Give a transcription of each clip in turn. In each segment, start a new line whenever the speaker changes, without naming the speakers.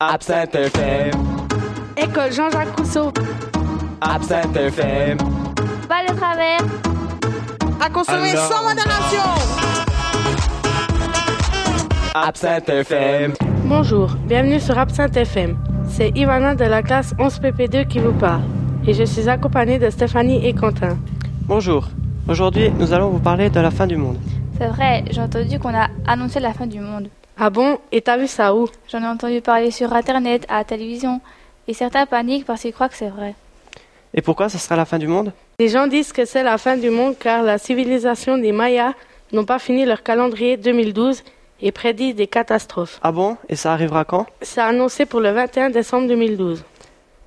Absinthe FM,
École Jean-Jacques Rousseau.
Absinthe FM,
Pas le travers.
À consommer
Alors.
sans modération.
Absinthe FM,
Bonjour, bienvenue sur Absinthe FM. C'est Ivana de la classe 11PP2 qui vous parle. Et je suis accompagnée de Stéphanie et Quentin.
Bonjour. Aujourd'hui, nous allons vous parler de la fin du monde.
C'est vrai, j'ai entendu qu'on a annoncé la fin du monde.
Ah bon Et t'as vu ça où
J'en ai entendu parler sur internet, à la télévision, et certains paniquent parce qu'ils croient que c'est vrai.
Et pourquoi ça sera la fin du monde
Les gens disent que c'est la fin du monde car la civilisation des Mayas n'ont pas fini leur calendrier 2012 et prédit des catastrophes.
Ah bon Et ça arrivera quand
C'est annoncé pour le 21 décembre 2012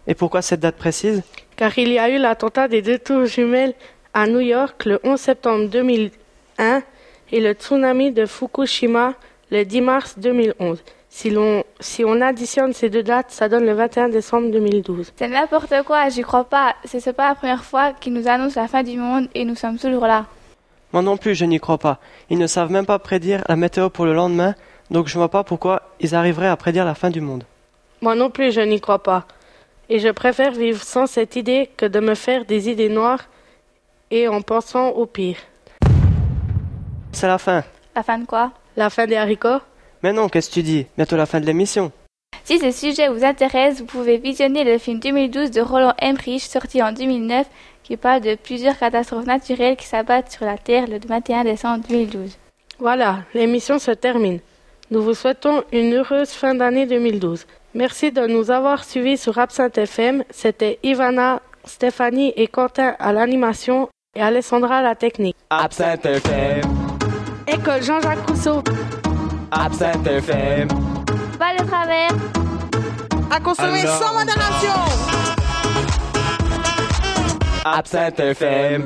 Et pourquoi cette date précise
car il y a eu l'attentat des deux tours jumelles à New York le 11 septembre 2001 et le tsunami de Fukushima le 10 mars 2011. Si l'on si on additionne ces deux dates, ça donne le 21 décembre 2012.
C'est n'importe quoi, j'y crois pas. C'est c'est pas la première fois qu'ils nous annoncent la fin du monde et nous sommes toujours là.
Moi non plus, je n'y crois pas. Ils ne savent même pas prédire la météo pour le lendemain, donc je ne vois pas pourquoi ils arriveraient à prédire la fin du monde.
Moi non plus, je n'y crois pas. Et je préfère vivre sans cette idée que de me faire des idées noires et en pensant au pire.
C'est la fin.
La fin de quoi
La fin des haricots
Mais non, qu'est-ce que tu dis Bientôt la fin de l'émission.
Si ce sujet vous intéresse, vous pouvez visionner le film 2012 de Roland Emmerich sorti en 2009 qui parle de plusieurs catastrophes naturelles qui s'abattent sur la Terre le 21 décembre 2012.
Voilà, l'émission se termine. Nous vous souhaitons une heureuse fin d'année 2012. Merci de nous avoir suivis sur Absinthe FM. C'était Ivana, Stéphanie et Quentin à l'animation et Alessandra à la technique.
Absinthe FM,
École Jean-Jacques Rousseau.
Absinthe FM,
Pas le travers
À consommer
Alors.
sans modération.
Absinthe FM.